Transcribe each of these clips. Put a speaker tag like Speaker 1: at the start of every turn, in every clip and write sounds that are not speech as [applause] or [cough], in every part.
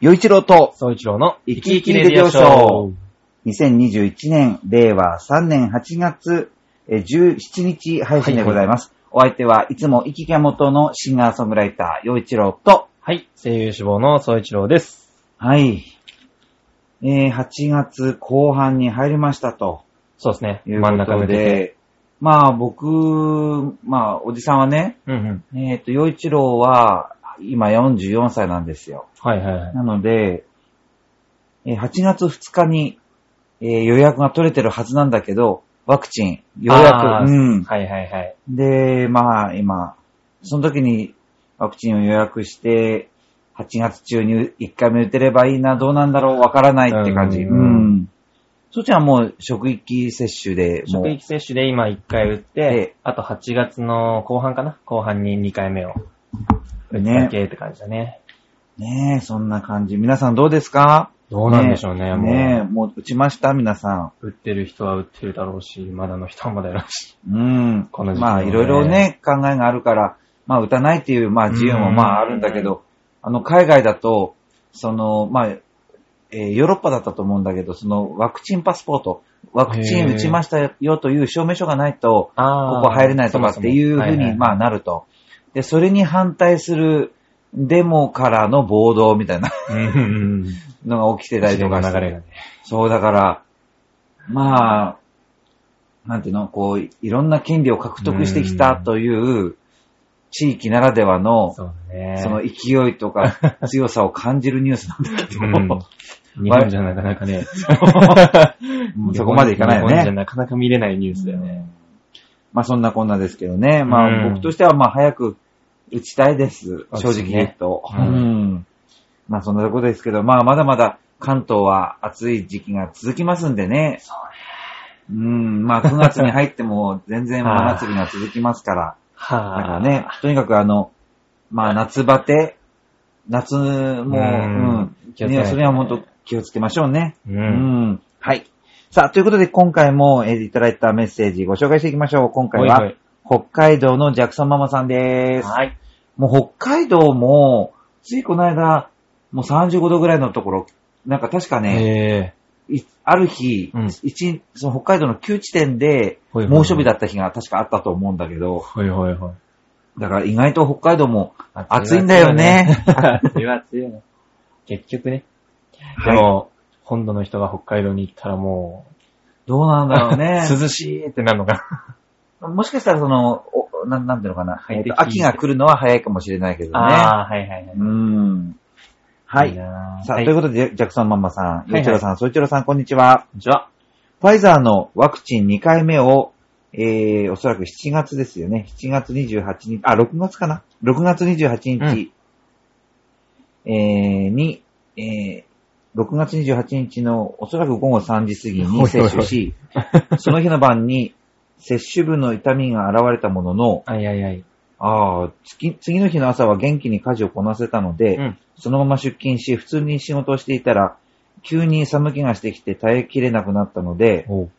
Speaker 1: 与一郎と、
Speaker 2: 総一郎の
Speaker 1: 生き生きレディオショー。2021年、令和3年8月えー17日配信でございます。お相手はいつも生きが元のシンガーソングライター、与一郎と、
Speaker 2: はい、声優志望の総一郎です。
Speaker 1: はい。えー、8月後半に入りましたと
Speaker 2: そうですね。
Speaker 1: いうこ
Speaker 2: 真ん中
Speaker 1: と
Speaker 2: 目で。
Speaker 1: で、まあ僕、まあおじさんはね、
Speaker 2: うんうん。
Speaker 1: えっ、と、洋一郎は今44歳なんですよ。
Speaker 2: はいはいはい。
Speaker 1: なので、えー8月2日に、えー予約が取れてるはずなんだけど、ワクチン、予
Speaker 2: あ
Speaker 1: 約、
Speaker 2: ー
Speaker 1: うん。
Speaker 2: はいはいはい。
Speaker 1: で、まあ今、その時にワクチンを予約して、8月中に1回目打てればいいな、どうなんだろう、わからないって感じ。う
Speaker 2: うん
Speaker 1: ん。そっちはもう職域接種で、もう
Speaker 2: 職、域接種で今1回打っ
Speaker 1: え
Speaker 2: て、あと8月の後半かな後半に2回目を打つだけって感じだね。
Speaker 1: ねえ、そんな感じ。皆さんどうですか
Speaker 2: どうなんでしょうね、
Speaker 1: ねえ、
Speaker 2: も
Speaker 1: もう打ちました、皆さ
Speaker 2: う。打ってる人は打ってるだろうし、まだの人はまだやろうし。
Speaker 1: ん。うん。
Speaker 2: この時期もね
Speaker 1: まあいろいろね、考えがあるから、まあ打たないっていう、まあ自由も
Speaker 2: うん
Speaker 1: まああるんだけど、あの海外だと、その、まあ、えーヨーロッパだったと思うんだけど、そのワクチンパスポート、ワクチン打ちましたよという証明書がないと、
Speaker 2: あ
Speaker 1: ここ入れないとかっていうふうに、ま
Speaker 2: あ
Speaker 1: あなると。で、それに反対するデモからの暴動みたいな
Speaker 2: そもそも。うんうんうん。
Speaker 1: のが起きてたりとかし
Speaker 2: 自然
Speaker 1: て
Speaker 2: の流れがね。
Speaker 1: そう、だから、まあ、なんていうの、こう、いろんな権利を獲得してきたという地域ならではの、
Speaker 2: そうだね。
Speaker 1: その勢いとか強さを感じるニュースなんだけど、
Speaker 2: うん日本じゃなかなかね、
Speaker 1: [laughs] もうそこまでいかないよ
Speaker 2: 日本じゃ
Speaker 1: ね。
Speaker 2: なかなか見れないニュースだよね。
Speaker 1: まあそんなこんなですけどね。まあ、
Speaker 2: うん
Speaker 1: 僕としてはまあ早く打ちたいです。
Speaker 2: そう
Speaker 1: 正
Speaker 2: です
Speaker 1: 直
Speaker 2: ね
Speaker 1: 言うと。
Speaker 2: うん
Speaker 1: うんまあそんなとこですけど、まあまだまだ関東は暑い時期が続きますんでね。
Speaker 2: そ
Speaker 1: うん、まあ9月に入っても全然真夏日が続きますから。だか
Speaker 2: は
Speaker 1: らね、とにかくあの、まあ夏バテ、夏も、う
Speaker 2: うん
Speaker 1: ん、
Speaker 2: 気をつけないとね
Speaker 1: ねそれは本当気をつけましょうね。
Speaker 2: う。
Speaker 1: うんん。はい。さあ、ということで今回も、えーいただいたメッセージご紹介していきましょう。今回
Speaker 2: ほい
Speaker 1: は
Speaker 2: ほい、
Speaker 1: 北海道のジャクソンママさんです。
Speaker 2: はい。
Speaker 1: もう北海道も、ついこの間、もう35度ぐらいのところ、なんか確かね、
Speaker 2: え
Speaker 1: いある日、
Speaker 2: うん
Speaker 1: 一その北海道の9地点で
Speaker 2: ほいほいほい
Speaker 1: 猛暑日だった日が確かあったと思うんだけど
Speaker 2: ー、、ほいほいほい。
Speaker 1: だから意外と北海道も暑いんだよね。
Speaker 2: 暑いは暑いよね。結局ね。でも、本土の人が北海道に行ったらも
Speaker 1: どうなん
Speaker 2: う、
Speaker 1: だろうね。
Speaker 2: [laughs] 涼しいってなるのか
Speaker 1: もしかしたらその、おなんなんていうのかな、
Speaker 2: 快適
Speaker 1: えっと秋が来るのは早いかもしれないけどね。。
Speaker 2: な。ああ、はいはいはいう
Speaker 1: ん。はい。
Speaker 2: な
Speaker 1: さあ、
Speaker 2: はい
Speaker 1: ということで、ジャクソンママさん、
Speaker 2: いは
Speaker 1: ゆ
Speaker 2: いう
Speaker 1: ちろさん、そういちろさん、こんにちは。
Speaker 2: じゃあ、
Speaker 1: ファイザーのワクチン2回目を、えー、おそらく7月ですよね。7月28日、あ、6月かな ?6 月28日、えー、に、えー、6月28日のおそらく午後3時過ぎに接種 [laughs] し、その日の晩に接種部の痛みが現れたものの、
Speaker 2: あいやいやい
Speaker 1: ああ、次次の日の朝は元気に家事をこなせたので、
Speaker 2: や。うん。
Speaker 1: そのまま出勤し、普通に仕事をしていたら、急に寒気がしてきて耐えきれなくなったので、
Speaker 2: おう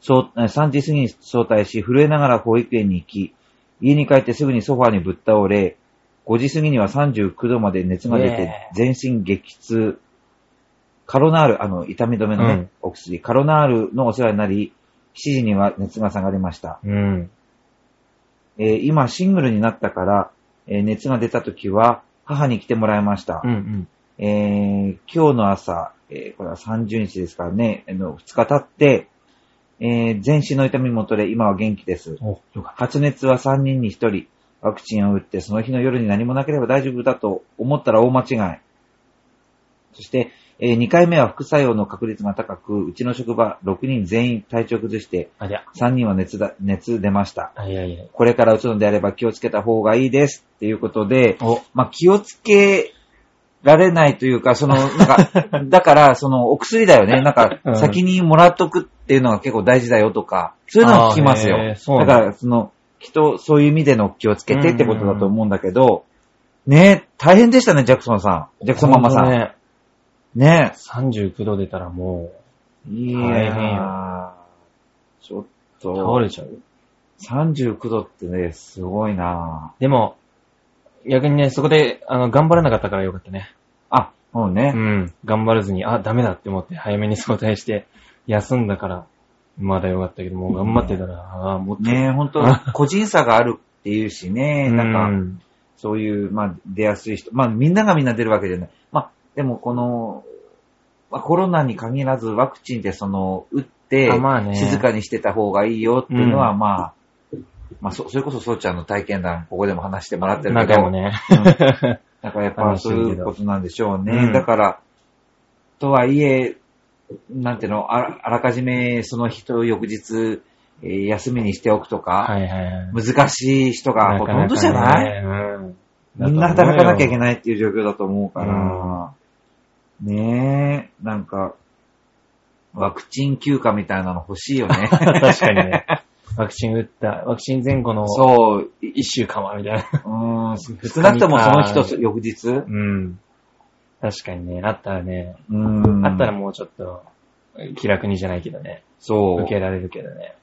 Speaker 1: そう、えー3時過ぎに早退し、震えながら保育園に行き、家に帰ってすぐにソファーにぶっ倒れ、5時過ぎには39度まで熱が出て
Speaker 2: ね、
Speaker 1: 全身激痛。カロナール、あの、痛み止めのね、
Speaker 2: うん
Speaker 1: お薬、カロナールのお世話になり、7時には熱が下がりました。
Speaker 2: うん。
Speaker 1: えー今、シングルになったから、えー熱が出た時は、母に来てもらいました。
Speaker 2: うんうん。
Speaker 1: えー今日の朝、えーこれは30日ですからね、あの2日経って、えー全身の痛みも取れ、今は元気です。
Speaker 2: およかっ
Speaker 1: 発熱は3人に1人。ワクチンを打って、その日の夜に何もなければ大丈夫だと思ったら大間違い。そして、え2回目は副作用の確率が高く、うちの職場6人全員体調崩して、
Speaker 2: た。ありゃ。
Speaker 1: 3人は熱だ、熱出ました。
Speaker 2: あいやいやいや。
Speaker 1: これから打つのであれば気をつけた方がいいです。っていうことで、
Speaker 2: お、
Speaker 1: まあ、気をつけられないというか、
Speaker 2: [laughs]
Speaker 1: その、なんか、だから、その、お薬だよね。なんか
Speaker 2: う、ん
Speaker 1: 先にもらっとくっていうのが結構大事だよとか、そういうのを聞きます
Speaker 2: あーへ
Speaker 1: よ
Speaker 2: ー。そうな
Speaker 1: だ
Speaker 2: ん
Speaker 1: か
Speaker 2: だ
Speaker 1: ら、その、きっと、そういう意味での気をつけてってことだと思うんだけど、ねえ、大変でしたね、ジャクソンさん。ジャクソンママさ
Speaker 2: ほ
Speaker 1: ん。
Speaker 2: とね
Speaker 1: ね
Speaker 2: 39度出たらも
Speaker 1: え。いや
Speaker 2: 大変
Speaker 1: ーちょっ
Speaker 2: う、倒
Speaker 1: と、
Speaker 2: れちゃうよ。
Speaker 1: 39度ってね、すごいな
Speaker 2: でも、逆にね、そこで、あの、頑張らなかったからよかったね。
Speaker 1: ああ、そうね。
Speaker 2: うん。頑張らずに、あ、ダメだって思って、早めに早退して、休んだから、まだよかったけど、もう頑張ってたら、ああ、もっと。
Speaker 1: ねえ、本当個人差があるっていうしね、なんか、
Speaker 2: うん
Speaker 1: そういう、まあ、出やすい人、まあ、みんながみんな出るわけじゃない。まあ、でもこの、まあ、コロナに限らずワクチンでその、打って
Speaker 2: あ、まあね
Speaker 1: 静かにしてた方がいいよっていうのは、
Speaker 2: う
Speaker 1: まあ、まあ、そ、それこそそうちゃんの体験談、ここでも話してもらってるけ
Speaker 2: なん
Speaker 1: ど、
Speaker 2: かもね。
Speaker 1: だからやっぱそういうことなんでしょう
Speaker 2: う
Speaker 1: ね。
Speaker 2: ん
Speaker 1: だから、とはいえ、なんていうの、あらあらかじめその人を翌日、えー休みにしておくとか、
Speaker 2: はいはいはい。
Speaker 1: 難しい人がほとんどじゃない
Speaker 2: うん。
Speaker 1: みんな働かなきゃいけ
Speaker 2: ない。
Speaker 1: ないっていう状況だと思うから、ねえ、なんか、ワクチン休暇みたいなの欲しいよ
Speaker 2: [laughs]
Speaker 1: ね。
Speaker 2: 確かにね。ワクチン打った、ワクチン前後の
Speaker 1: そう、
Speaker 2: 一週間は、みたいな。
Speaker 1: うん、少なくともその人、翌日、
Speaker 2: うん。確かにね、あったらね、
Speaker 1: うん、
Speaker 2: あったらもうちょっと、気楽にじゃないけどね。
Speaker 1: そう
Speaker 2: 受けられるけどね。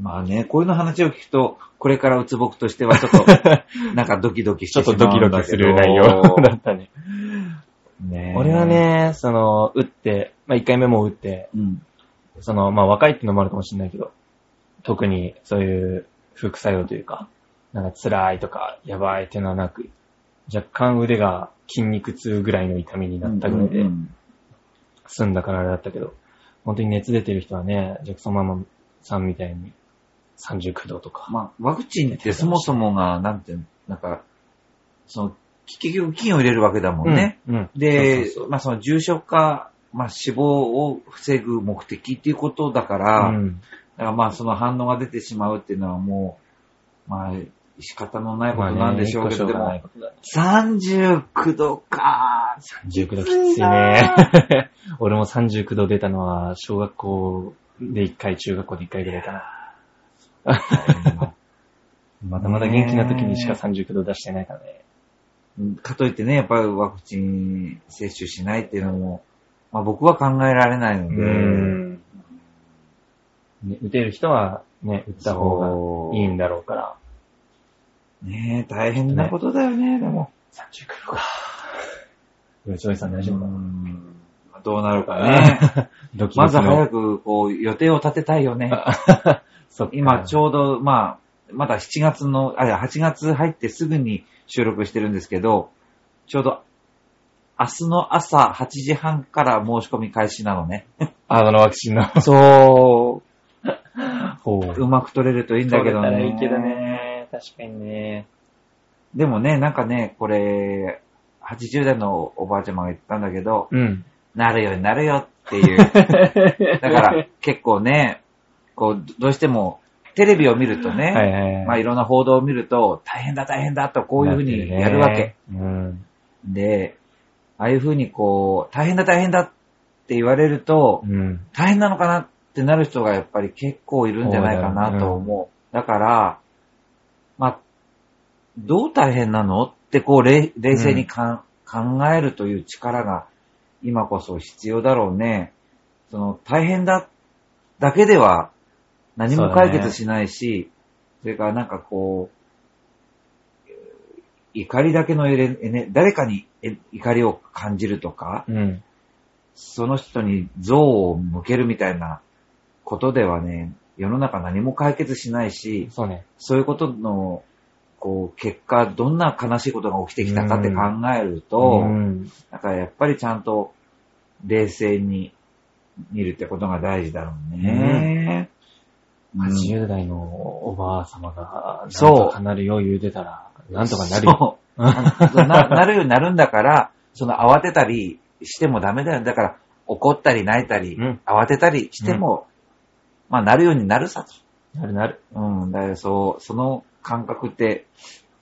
Speaker 1: まあね、こういうの話を聞くと、これからうつ僕としてはちょっ
Speaker 2: [laughs]
Speaker 1: と、なんかドキドキし
Speaker 2: ちょ
Speaker 1: て
Speaker 2: っ
Speaker 1: しま
Speaker 2: と
Speaker 1: うんだ
Speaker 2: ド
Speaker 1: け
Speaker 2: キ
Speaker 1: ど。
Speaker 2: ドキする内容だったね。
Speaker 1: [laughs] ね。
Speaker 2: [laughs] 俺は、ね、その、打って、まあ、1回目も打って、
Speaker 1: うん。
Speaker 2: その、まあ、若いってのもあるかもしれないけど、特にそういう副作用というか、なんか辛いとか、やばいっていうのはなく、若干腕が筋肉痛ぐらいの痛みになったぐらいで
Speaker 1: う、ん
Speaker 2: 済んだからあれだったけど、本当に熱出てる人はね、ジャクソンママさんみたいに39度とか、
Speaker 1: まあ、ワクチンってそもそもが、なんていうの、なんか、その、結局菌を入れるわけだもんね。
Speaker 2: うん。うん、
Speaker 1: で、
Speaker 2: そうそうそう
Speaker 1: まあその重症化、まあ死亡を防ぐ目的っていうことだから、
Speaker 2: うん
Speaker 1: だからまあその反応が出てしまうっていうのはもう、まあ仕方のないことなんでしょうけど、
Speaker 2: まあね一個しょう
Speaker 1: でも、
Speaker 2: がないことだね
Speaker 1: 39度か
Speaker 2: 39度きついね。俺も39度出たのは、小学校で1回、中学校で1回ぐらいかな。 [laughs] まだまだ元気な時にしか39度出してないからね。
Speaker 1: うんかといってね、やっぱりワクチン接種しないっていうのも、まあ僕は考えられないので、
Speaker 2: ね打てる人はね、打った方がいい
Speaker 1: そ
Speaker 2: んだろうから。
Speaker 1: う。ねえ、大変なことだよね、でも。
Speaker 2: 39度か。 [laughs] うちおじさん大丈夫か
Speaker 1: う
Speaker 2: な、
Speaker 1: んどうなるかね。
Speaker 2: [laughs] ドキドキの
Speaker 1: まず早く、こう、予定を立てたいよね。
Speaker 2: そっか
Speaker 1: 今、ちょうど、まあ、まだ7月の、あ、いや、8月入ってすぐに収録してるんですけど、ちょうど、明日の朝8時半から申し込み開始なのね。
Speaker 2: あ、そのワクチンの。
Speaker 1: そ
Speaker 2: [laughs] ほ
Speaker 1: う。うまく取れるといいんだけどね。
Speaker 2: 取れたらいいけどね。確かにね。
Speaker 1: でもね、なんかね、これ、80代のおばあちゃまが言ったんだけど、
Speaker 2: うん。
Speaker 1: なるよ、なるよって
Speaker 2: [laughs]
Speaker 1: いう。だから、結構ね、こう、どうしても、テレビを見るとね、
Speaker 2: はいはいはい。
Speaker 1: まあ、いろんな報道を見ると、大変だ大変だとこういうふうにやるわ
Speaker 2: なって
Speaker 1: け。
Speaker 2: ね。うん。
Speaker 1: で、ああいうふうにこう、大変だ大変だって言われると
Speaker 2: う、ん。
Speaker 1: 大変なのかなってなる人がやっぱり結構いるんじゃないかなと思う。だから、まあ、どう大変なのってこう、れい冷静にかん考えるという力が今こそ必要だろうね。その、大変だだけでは何も解決しないし、それからなんかこう、えー怒りだけのエネエネ誰かにえ怒りを感じるとか、
Speaker 2: うん。
Speaker 1: その人に像を向けるみたいなことではね、世の中何も解決しないし、
Speaker 2: そうね。
Speaker 1: そういうことの、こう、結果、どんな悲しいことが起きてきたかって考えると、
Speaker 2: うん。
Speaker 1: だからやっぱりちゃんと冷静に見るってことが大事だろうね。うん
Speaker 2: 80代のおばあ様が、なん
Speaker 1: そう
Speaker 2: とかなるよ言うてたら、なんとかなるよ。
Speaker 1: そうな
Speaker 2: [laughs]
Speaker 1: ななるようになるんだから、その慌てたりしてもダメだよ。だから怒ったり泣いたり、
Speaker 2: うん
Speaker 1: 慌てたりしても、まあなるようになるさと。
Speaker 2: なるなる。
Speaker 1: うん、だからそう、その感覚って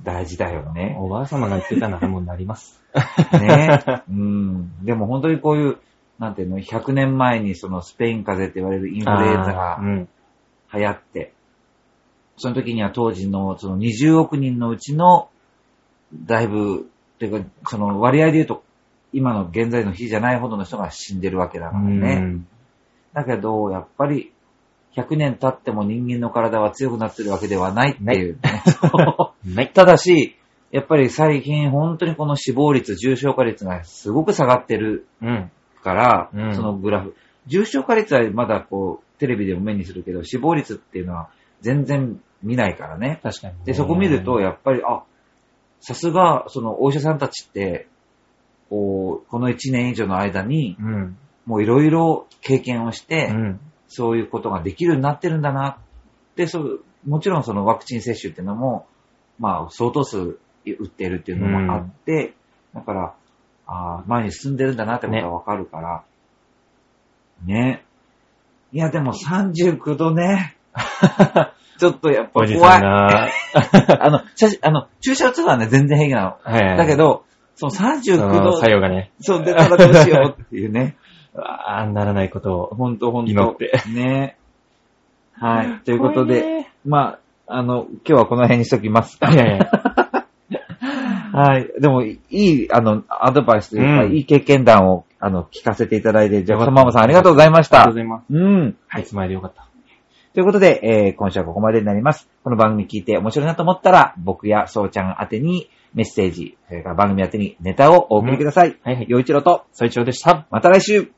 Speaker 1: 大事だよね。
Speaker 2: おばあ様が言ってたならもうなります。 [laughs]
Speaker 1: ね。うん。でも本当にこういう、なんていうの、100年前にそのスペイン風邪って言われるインフルエンザ
Speaker 2: あー
Speaker 1: が
Speaker 2: うん。
Speaker 1: 流行って、その時には当時のその20億人のうちの、だいぶ、というか、その割合で言うと、今の現在の比じゃないほどの人が死んでるわけだからね。
Speaker 2: うん
Speaker 1: だけど、やっぱり、100年経 [laughs] っても人間の体は強くなってるわけではないっていうね。
Speaker 2: ない。
Speaker 1: ただし、やっぱり最近本当にこの死亡率、重症化率がすごく下がってる
Speaker 2: うん。
Speaker 1: から、
Speaker 2: うん
Speaker 1: そのグラフ。重症化率はまだこう、テレビでも目にするけど、死亡率っていうのは全然見ないからね。
Speaker 2: 確かにね。
Speaker 1: で、そこ見ると、やっぱり、あ、さすが、その、お医者さんたちって、こう、この1年以上の間に、
Speaker 2: うん。
Speaker 1: もういろいろ経験をし
Speaker 2: う
Speaker 1: て、
Speaker 2: ん。
Speaker 1: そういうことができるようになってるんだなって、そう、もちろんそのワクチン接種っていうのも、まあ、相当数打ってるっていうのもあって、だから、ああ、前に進んでるんだなってことがわかるから、ね。いや、でも39度
Speaker 2: [laughs]
Speaker 1: ね。ちょっとやっぱ
Speaker 2: おじ
Speaker 1: 怖
Speaker 2: さん
Speaker 1: い。
Speaker 2: な。
Speaker 1: あの、写真、あの、注射打つのはね、全然平気な
Speaker 2: はい。
Speaker 1: の。だけ
Speaker 2: ど、
Speaker 1: ど、その39
Speaker 2: その
Speaker 1: 度、
Speaker 2: 作用がね、
Speaker 1: そう、出たらどうしようっていう
Speaker 2: [laughs]
Speaker 1: ね。
Speaker 2: ああ、ならないことを
Speaker 1: ほんとほんと。
Speaker 2: 祈って。
Speaker 1: ね。はい。と
Speaker 2: と
Speaker 1: いうことで、。まあ、あの、今日はこの辺にしときます。
Speaker 2: い
Speaker 1: [laughs]
Speaker 2: やいや、
Speaker 1: はい。でも、いい、あの、アドバイスというか、
Speaker 2: うん
Speaker 1: いい経験談を、あの、聞かせていただいて、ジャク
Speaker 2: よ
Speaker 1: ソン
Speaker 2: かった
Speaker 1: ママさんありがとうございまし
Speaker 2: ありがと
Speaker 1: た
Speaker 2: うご。ざいます。
Speaker 1: うん。
Speaker 2: はい、つまりでよかった。
Speaker 1: ということで、えー今週はここまでになります。この番組聞いて面白いなと思ったら、僕やそうちゃん宛てにメッセージ、それから番組宛てにネタをお送りください。
Speaker 2: はいはい。
Speaker 1: 洋一郎と、
Speaker 2: 最長でした。
Speaker 1: また来週